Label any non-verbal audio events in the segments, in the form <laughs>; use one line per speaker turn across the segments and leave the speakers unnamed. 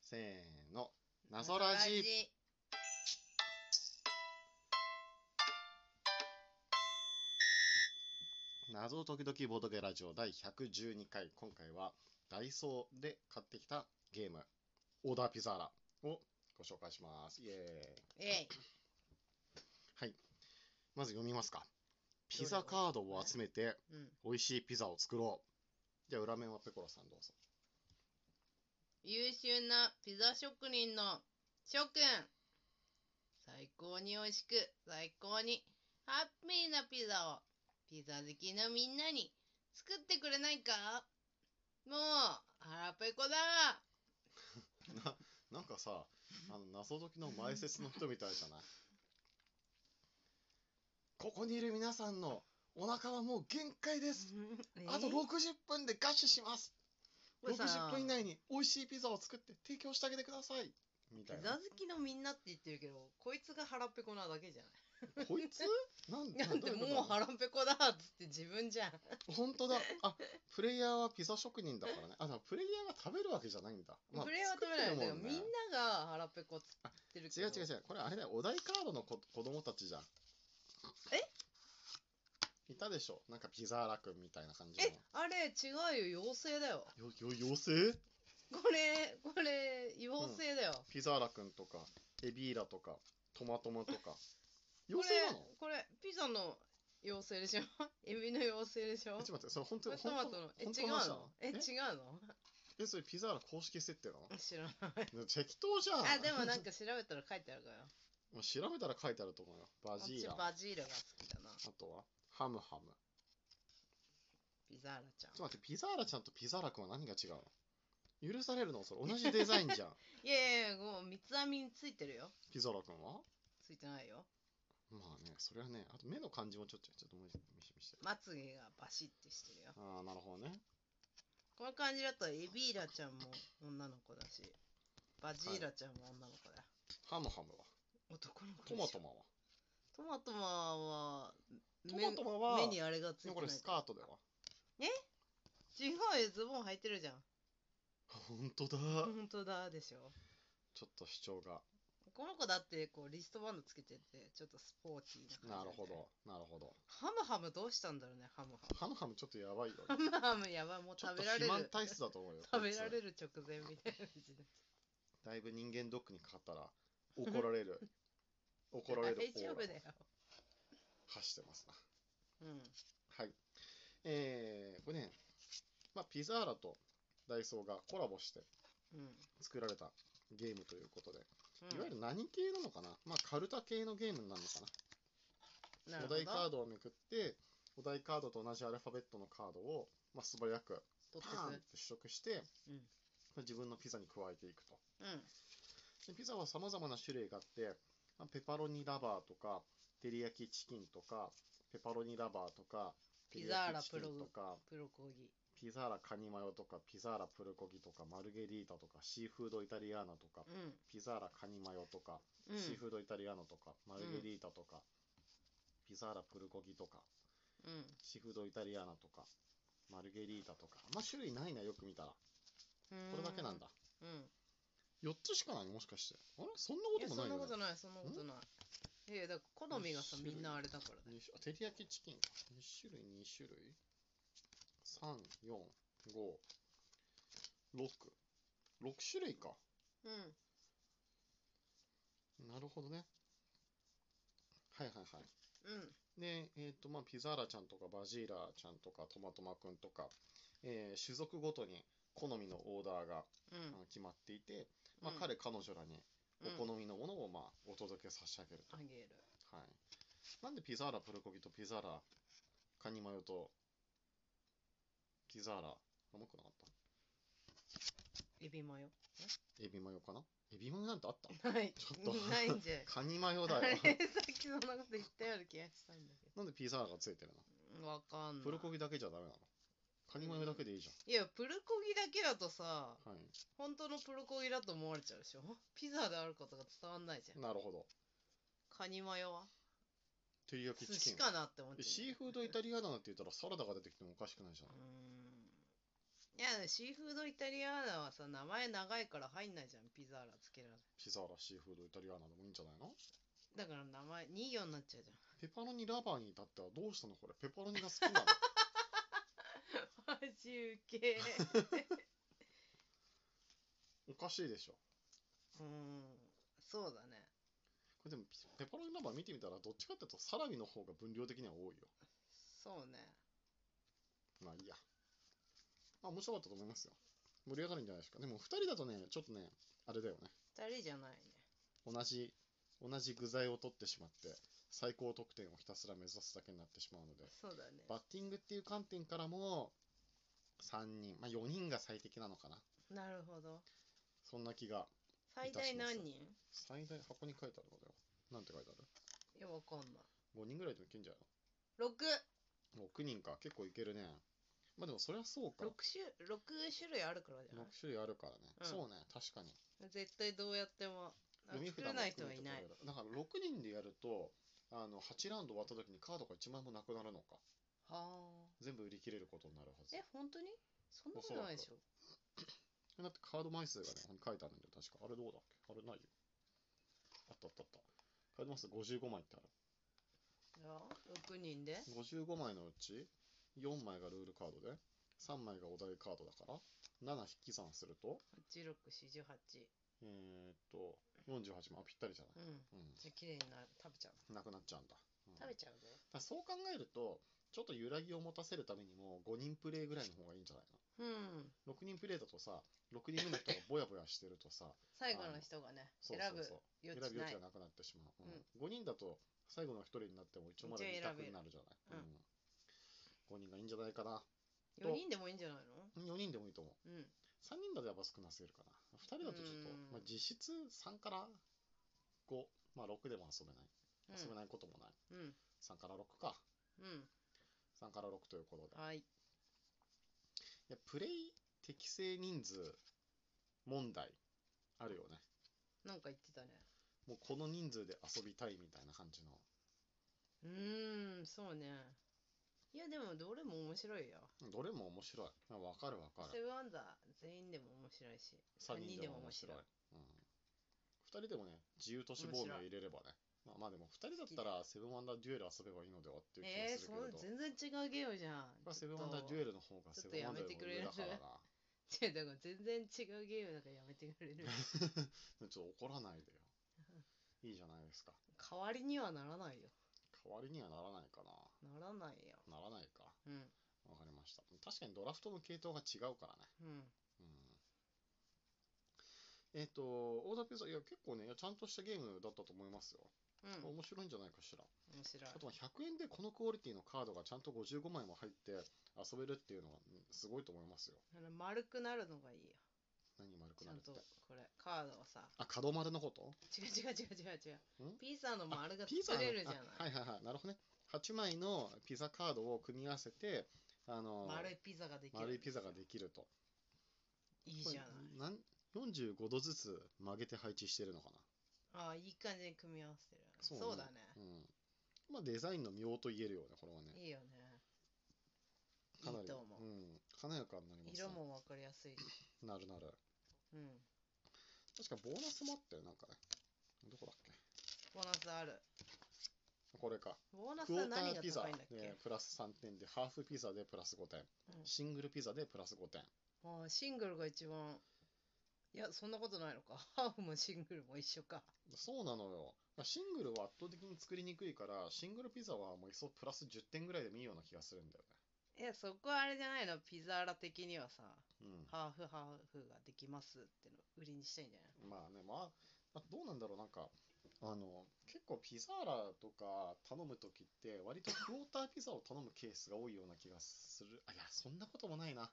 せーの。なそらじ。謎時々ボードゲラジオ第112回今回はダイソーで買ってきたゲーム「オーダーピザーラ」をご紹介しますイエーイ
えい
まず読みますかピ
ど
ザ
れ
カードを集めて
うん、
美味しいピザを作ろうじゃあ裏面はペコロさんどうぞ
優秀なピザ職人の諸君最高に美味しく最高にハッピーなピザをピザ好きのみんなに作ってくれないかもう腹ペコだ
ななんかさあの謎解きの前説の人みたいじゃないここにいる皆さんのお腹はもう限界です <laughs> あと60分で餓死します60分以内に美味しいピザを作って提供してあげてくださいみ
ピ
たい
ザ
な
好きのみんなって言ってるけどこいつが腹ペコなだけじゃな
こいつ <laughs> なん
いなんで
どいこと
もう腹ペコだっつって自分じゃん
本当だあプレイヤーはピザ職人だからねあでもプレイヤーが食べるわけじゃないんだ、まあ
プレイは取れないんだよ、
作ってるも
みん
ね
なが腹ペコっつってるけ
違
ど
う違う違うこれあれだよお題カードの子子供たちじゃんえいたでしょなんかピザーラ君みたいな感じの
えあれ違うよ妖精だよ
よよ妖精
これこれ妖精だよ、
ピザーラ君とかエビーラとかトマトマとか
こ
妖精なの
れこれピザの妖精
<laughs>
でしょエビの妖精でしょ
えちょっと待ってそれ本当
こ
に
れトマトのえ
本当
違う
話な
のえ違う
えそれピザーラ公式設定なの <laughs>
の <laughs> 知らない
適当じゃん
あでもなんか調べたら書いてあるから
もう調べたら書いてあると思うよバジーラ
私バジーラが好きだな
あとはハムハム
ピザーラち
ちょ
ゃん
っと待ってピザーラちゃんとピザーラ君は何が違うの許されるのそれ同じデザイン
<laughs>
じゃん
いやいやもう三つ編みについてるよ
ピザーラ君は
ついてないよ
まあねそれはねあと目の感じもちょっとちょっともう一回見せて見せて
まつげがバシッてしてるよ
ああなるほどね
この感じだとエビーラちゃんも女の子だしバジーラちゃんも女の子だ、
ハムハムは
男の子でし
ト
ょ
マトマは
トマトマは
トマトマは
目目にあれがつ
で
いて
も
な
こ
い
れスカートでは
違うよズボン履いてるじゃん
本当だ
本当だでしょ
ちょっと主張が
この子だってこうリストバンドつけててちょっとスポーティーな
な
感じ
る
だよね
ほどなるほど
ハムハムどうしたんだろうねハムハ
ハムハムちょっとやばいよね
ムハム <laughs> ハムやばいもう
ちょっ
食
と
べられ
肥満
る
体質だと思うよ
食べら
こい
れる直前みたいな感じで
つだいぶ人間ドックにかかったら怒られ
<laughs>
る怒られる
大丈
オー
夫
ラ
だよ
発してますな
うん
はい。えー、これね、まあ、ピザーラとダイソーがコラボして
うん
作られたゲームということで、
うん
いわゆる何系なのかな、まあ、カルタ系のゲームになるのかな。
なる
お
ほ
題カー
ど
ドをめくって、お題カードと同じアルファベットのカードを、まあ、素早く
取
パーンっ
って
取得して、
うん
まあ自分のピザに加えていくと。
くうん
でピザはさまざまな種類があって、まあペパロニラバーとか、照り焼きチキンとか、ペパロニラバーとか、
ピザーラ
照り焼きチキンとか、
プロコギ
ピザーラカニマヨとか、ピザーラプルコギとか、マルゲリータとか、シーフードイタリアーナとか、
うん
ピザーラカニマヨとか、
うん
シーフードイタリアーナとか、マルゲリータとか、ピザーラプルコギとか、
うん
シーフードイタリアーナとか、マルゲリータとか、あんま種類ないな、よく見たら。これだけなんだ。
うん
4つしかないもしかして。あれそんない
や
こと
そ
ない
んなこ
よ
と
ね。
ないそんなことないいやいやだから好みがさ
一種
み
類
んなあれだからね
二種あ照り焼きチキンか。2種類、2種類。3、4、5、6。6種類か。
うん
なるほどね。はいはいはい。
うん
で、えっ、と、まあ、ピザーラちゃんとか、バジーラちゃんとか、トマトマくんとか、えー種族ごとに好みのオーダーが、
うん
あの決まっていて、まあ
う、ん
彼、彼女らにお
うん
好みのものを、まあ、お届け差し上げると。
あげる
はい。なんでピザーラプルコギとピザーラカニマヨと、ピザーラ、あもう一個なかっ
エビマヨ
たエビマヨかなエビマヨなんてあ
<laughs>
った
ない
ちょっと
ないんじゃない
カニマヨ
あ
だ
れ
よ
<laughs> さ。っきそんなこと言ったような気がしたんだ
<laughs>
け
なんでピザーラがついてるの
どわかんない
プルコギだけじゃダメなのカニマヨだけでいいじ
いやプルコギだけだとさ
ゃん。はい。
本当のプルコギだと思われちゃうでしょピザであることが伝わんないじゃん
なるほど。
カニマヨは
照り焼き
寿
チキ
司
ン。
かなって思っ
え
て
シーフードイタリアーナって言ったらサラダが出てきてもおかしくないじゃ
う
ない
ーんいや、シーフードイタリアーナはさ、名前長いから入んないじゃん、ピザーラつけられ
ピザーラシーフードイタリアーナでもいいんじゃないの
だから名前2行になっちゃうじゃん。
ペパロニラバーに至ってはどうしたのこれペパロニが好きなの <laughs>
<laughs> マジウケ。
おかしいでしょ
うーん、そうだね。
これでもピペパロニラバー見てみたらどっちかっていうとサラミの方が分量的には多いよ
そうね。
まあいいやまあ面白かったと思いますよ盛り上がるんじゃないですかでも2人だとねちょっとねあれだよね
2人じゃないね。
同じ同じ具材を取ってしまって最高得点をひたすら目指すだけになってしまうので
そうだね。
バッティングっていう観点からも3人、まあ、4人が最適なのかな
なるほど。
そんな気が
最
いた
大
します
何人
最大箱に書いてあるのだよなんて書いてある
いや、わかんない。
5人ぐらいでもいけんじゃない
6!
の6人か結構いけるねまあでもそりゃそうか
6種六種類あるからじゃ
6
な
種類あるからね、
うん
そうね確かに
い絶対どうやってもあ
読み
作
札
れ
も
ない人
含め
はい
て
ない
これだだから6人でやるとあの8ラウンド終わった時にカードが1枚もなくなるのか
はあ
全部売り切れることになるはず
え本当にそんなこ
おそ
と
らく
ないでしょ
だってカード枚数がね、ここに書いてあるんだよ、確か。あれどうだっけあれないよ。あったあったあった。カード枚数55枚ってある。
じゃあ6人で
55枚のうち、4枚がルールカードで、3枚がお題カードだから、7引き算すると、
8648
えー、っと、48枚。あぴったりじゃない。
う
う。
んじゃあ綺麗にな食べちゃうん
なくなっちゃうんだ。うん
食べちゃうぜ
だからそう考えると、ちょっと揺らぎを持たせるためにも、5人プレイぐらいの方がいいんじゃない
うん
の ?6 人プレイだとさ、6人目の人がぼやぼやしてる
<laughs>
とさ、
最後の人がね
そ
選
う
ぶ
そうそう。
余
選ぶ余
地
地
ない
がなくなってしまう、うん5人だと最後の1人になっても一応まだ
一応
2
選
択
べる
になるじゃな
う
い、うん5人がいいんじゃないかなと
4人でもいいんじゃないの
4人でもいいと思う
うん
3人だとやっぱ少なすぎるかな2人だとちょっと
うーん、
まあ、実質3から5、まあ、6でも遊べない遊べないこともない、
うん
3から6か
うん
3から6ということで
はい
いやプレイ適正人数問題あるよね
なんか言ってたね
もうこの人数で遊びたいみたいな感じの
うーんそうねいやでもどれも面白いよ
うんどれも面白い、まあ、分かる分かる
セブンアンダー全員でも面白いし
3
3
人
人で
で
も
も
面
面
白
白
い
い。うん、2人でもね、自由都市ボールを入れればね。まあまあでも2人だったらセブンワンダーデュエル遊べばいいのではっていう気
え
が
ー、
す
そ
るけれ
う
ど。
全然違うゲームじゃん。
僕はセブンワンダーデュエルの方が
ち
セ
ょ
ブ
っ
ンワン
とや
ダー
めて
よ
く
り上
れる
だからな。
違うだから全然違うゲームだからやめてく
<laughs>
れる。
ちょっと怒らないでよ。 <laughs> いいじゃないですか。
代わりにはならないよ。
代わりにはならないか
ならないよ。
な。ならないか。
うん。
わかりました。確かにドラフトの系統が違うからね。
うん。
うん、えっ、と、オーダーピザ、いや結構ね、いやちゃんとしたゲームだったと思いますよ。
うん。
面白いんじゃないかしら。
面白い。
あとは100円でこのクオリティのカードがちゃんと55枚も入って遊べるっていうのはうんすごいと思いますよ。
あの丸くなるのがいいよ。
何丸く
ち
な
ゃ
るっ
ん
て
と。これ、カードをさ。
あ、角丸のこと
違う違う違う違う違う。
ん
ピザの丸が
ピザ
作
の
れるじゃ
あ
な。
はいいはいはい。なるほどね。8枚のピザカードを組み合わせて、あの
丸いピザができる。
丸いピザができると。
いいじゃない。
これなん45度ずつ曲げて配置してるのかな。
ああ、いい感じに組み合わせてる。
そ
そう
ね
うだ
うん。まあデザインの妙と言えるよね、これはね。
ね。いいよね。い
かなり、
いと思う。
ん。華やかになりますね。
色もわかりやすいし。
なるなる。
うん。
確かボーナスもあったよ、なんかね。どこだっけ
ボーナスある。
これか。
ボーナス
クォ
は
ータ
何
ー
が
ピザ
高いんだっけ、
でプラス3点で、ハーフピザでプラス5点、
うん
シングルピザでプラス5点。
ああシングルが一番いやそんなことないのか <laughs> ハーフもシングルも一緒か
そうなのよ。シングルは圧倒的に作りにくいから、シングルピザはもういっそプラス10点ぐらいでもいいような気がするんだよ
いやそこはあれじゃないのピザーラ的にはさ
ね。
ハーフハーフができますっての売りにしたいんじゃない
うん。まあね、まあ、あどうなんだろう、なんか、あの、結構ピザーラとか頼むときって、割とクォーターピザを頼むケースが多いような気がする。あ、いや、そんなこともないな。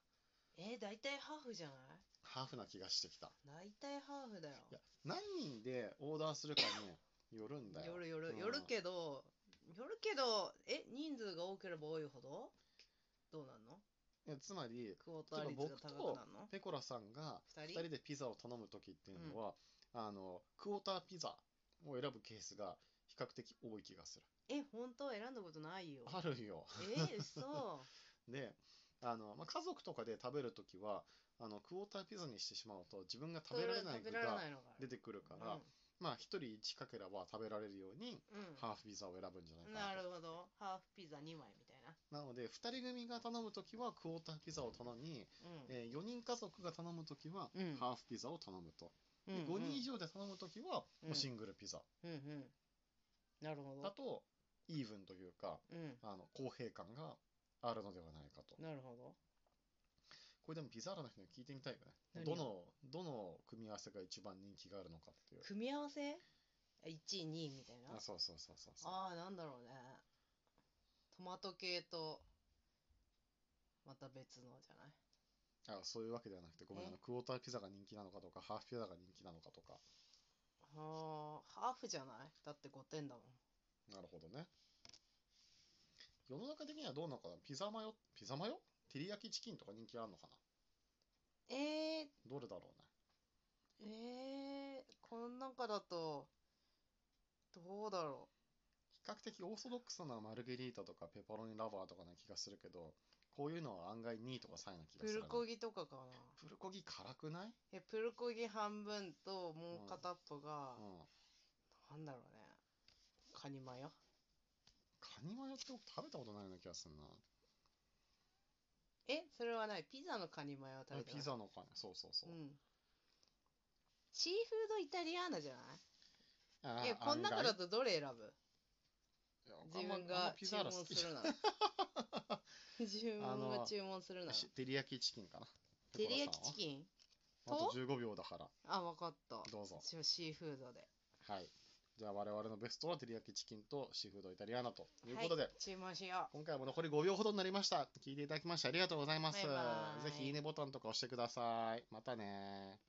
えー、大体ハーフじゃな
ハーフな気がしてきた。
い大体ハーフだよ
いや何人でオーダーするかによるんだよ。
夜夜
うん
夜けど夜けどえ人数が多ければ多いほどどうなんの
いやつまり、
クォーター
例
率が
えば僕
高
と
くなるの
ペコラさんが
二
2
人
人でピザを頼む時っていうのは、あのクォーターピザを選ぶケースが比較的多い気がする。
え本当選んだことないよ
あるよ。
えー、嘘
であの、まあ、家族とかで食べるときは、あの、クォーターピザにしてしまうと、自分が <laughs> 食べられない
食べ
具
られ
が
ないのがあ
出
る
てくるか
うん
ら、まあ、一人一かけらは食べられるように、ハーフピザを選ぶんじゃな
う
い
ん、
か
な
なと。
るほどハーフピザ2枚みたいな、
なので、二人組が頼むときはクォーターピザを頼み、
うん
えー、4人家族が頼むときは
うん
ハーフピザを頼むと。
う
で
んうん
5人以上で頼むときは
うん
もうシングルピザ。
うんうんなるほ
だ
ど、
と、イーブンというか、
うん、
あの、公平感があるのではないかと。
なるほど
これでもピザーラの人に聞いてみたいよね。
何
ど
を
の、どの組み合わせが一番人気があるのかっていう。
組み合わせ1位2位みたいな
あ、そうそうそうそうそう。
ああなんだろうねトマト系とまた別のじゃない
あ、そういうわけではなくて、ごめん、
え
あの、クォーターピザが人気なのかとか、ハーフピザが人気なのかとか。
はあハーフじゃないだって5点だもん
なるほどね。世の中的にはどうなのかなピザマヨ、ピザマヨ照り焼きチキンとか人気あるのかな
えー、
どれだろうね。
えー、この中だとどうだろ
比較的オーソドックスなマルゲリータとかペパロニラバーとかな気がするけど、こういうのは案外2位とか3位な気
うプ
がする
ル
な。
コギとかかな
プルコギ辛くない
えプルコギ半分ともう片っぽ
う
が、
ん。
なんだろうねカニマヨ
カニマヨって僕食べたことないような気がするな。
えそれはないピザのカニマヨを食べてな
ピ
い
ザのカニ、そうそうそうう。
んシーフードイタリアーナじゃない
あー
え、この中だとどれ選ぶ
いや
自
あんま
分
あんま
が
ピ
注
ザーラ
文
好き
するなら。
<laughs>
自分が注文するなら。
し <laughs> 照り焼きチキンかな。
照り焼きチキン
ンあと15秒だから、
あ、わかった。
どうぞ。
じゃあシーフードで。
はい。じゃあ我々のベストは照り焼きチキンとシーフードイタリアーナということで、
はい、注文しよ
今回も残り5秒ほどになりました。聞いていただきましてありがとうございます。
バイバ
ぜ
イ
ひいいねボタンとか押してください。またね